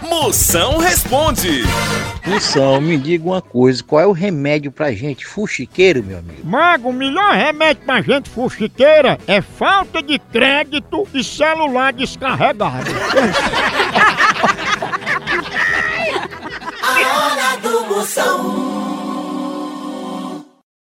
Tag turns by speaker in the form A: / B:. A: Moção responde.
B: Moção, me diga uma coisa, qual é o remédio pra gente fuxiqueiro, meu amigo?
C: Mago, o melhor remédio pra gente fuxiqueira é falta de crédito e celular descarregado.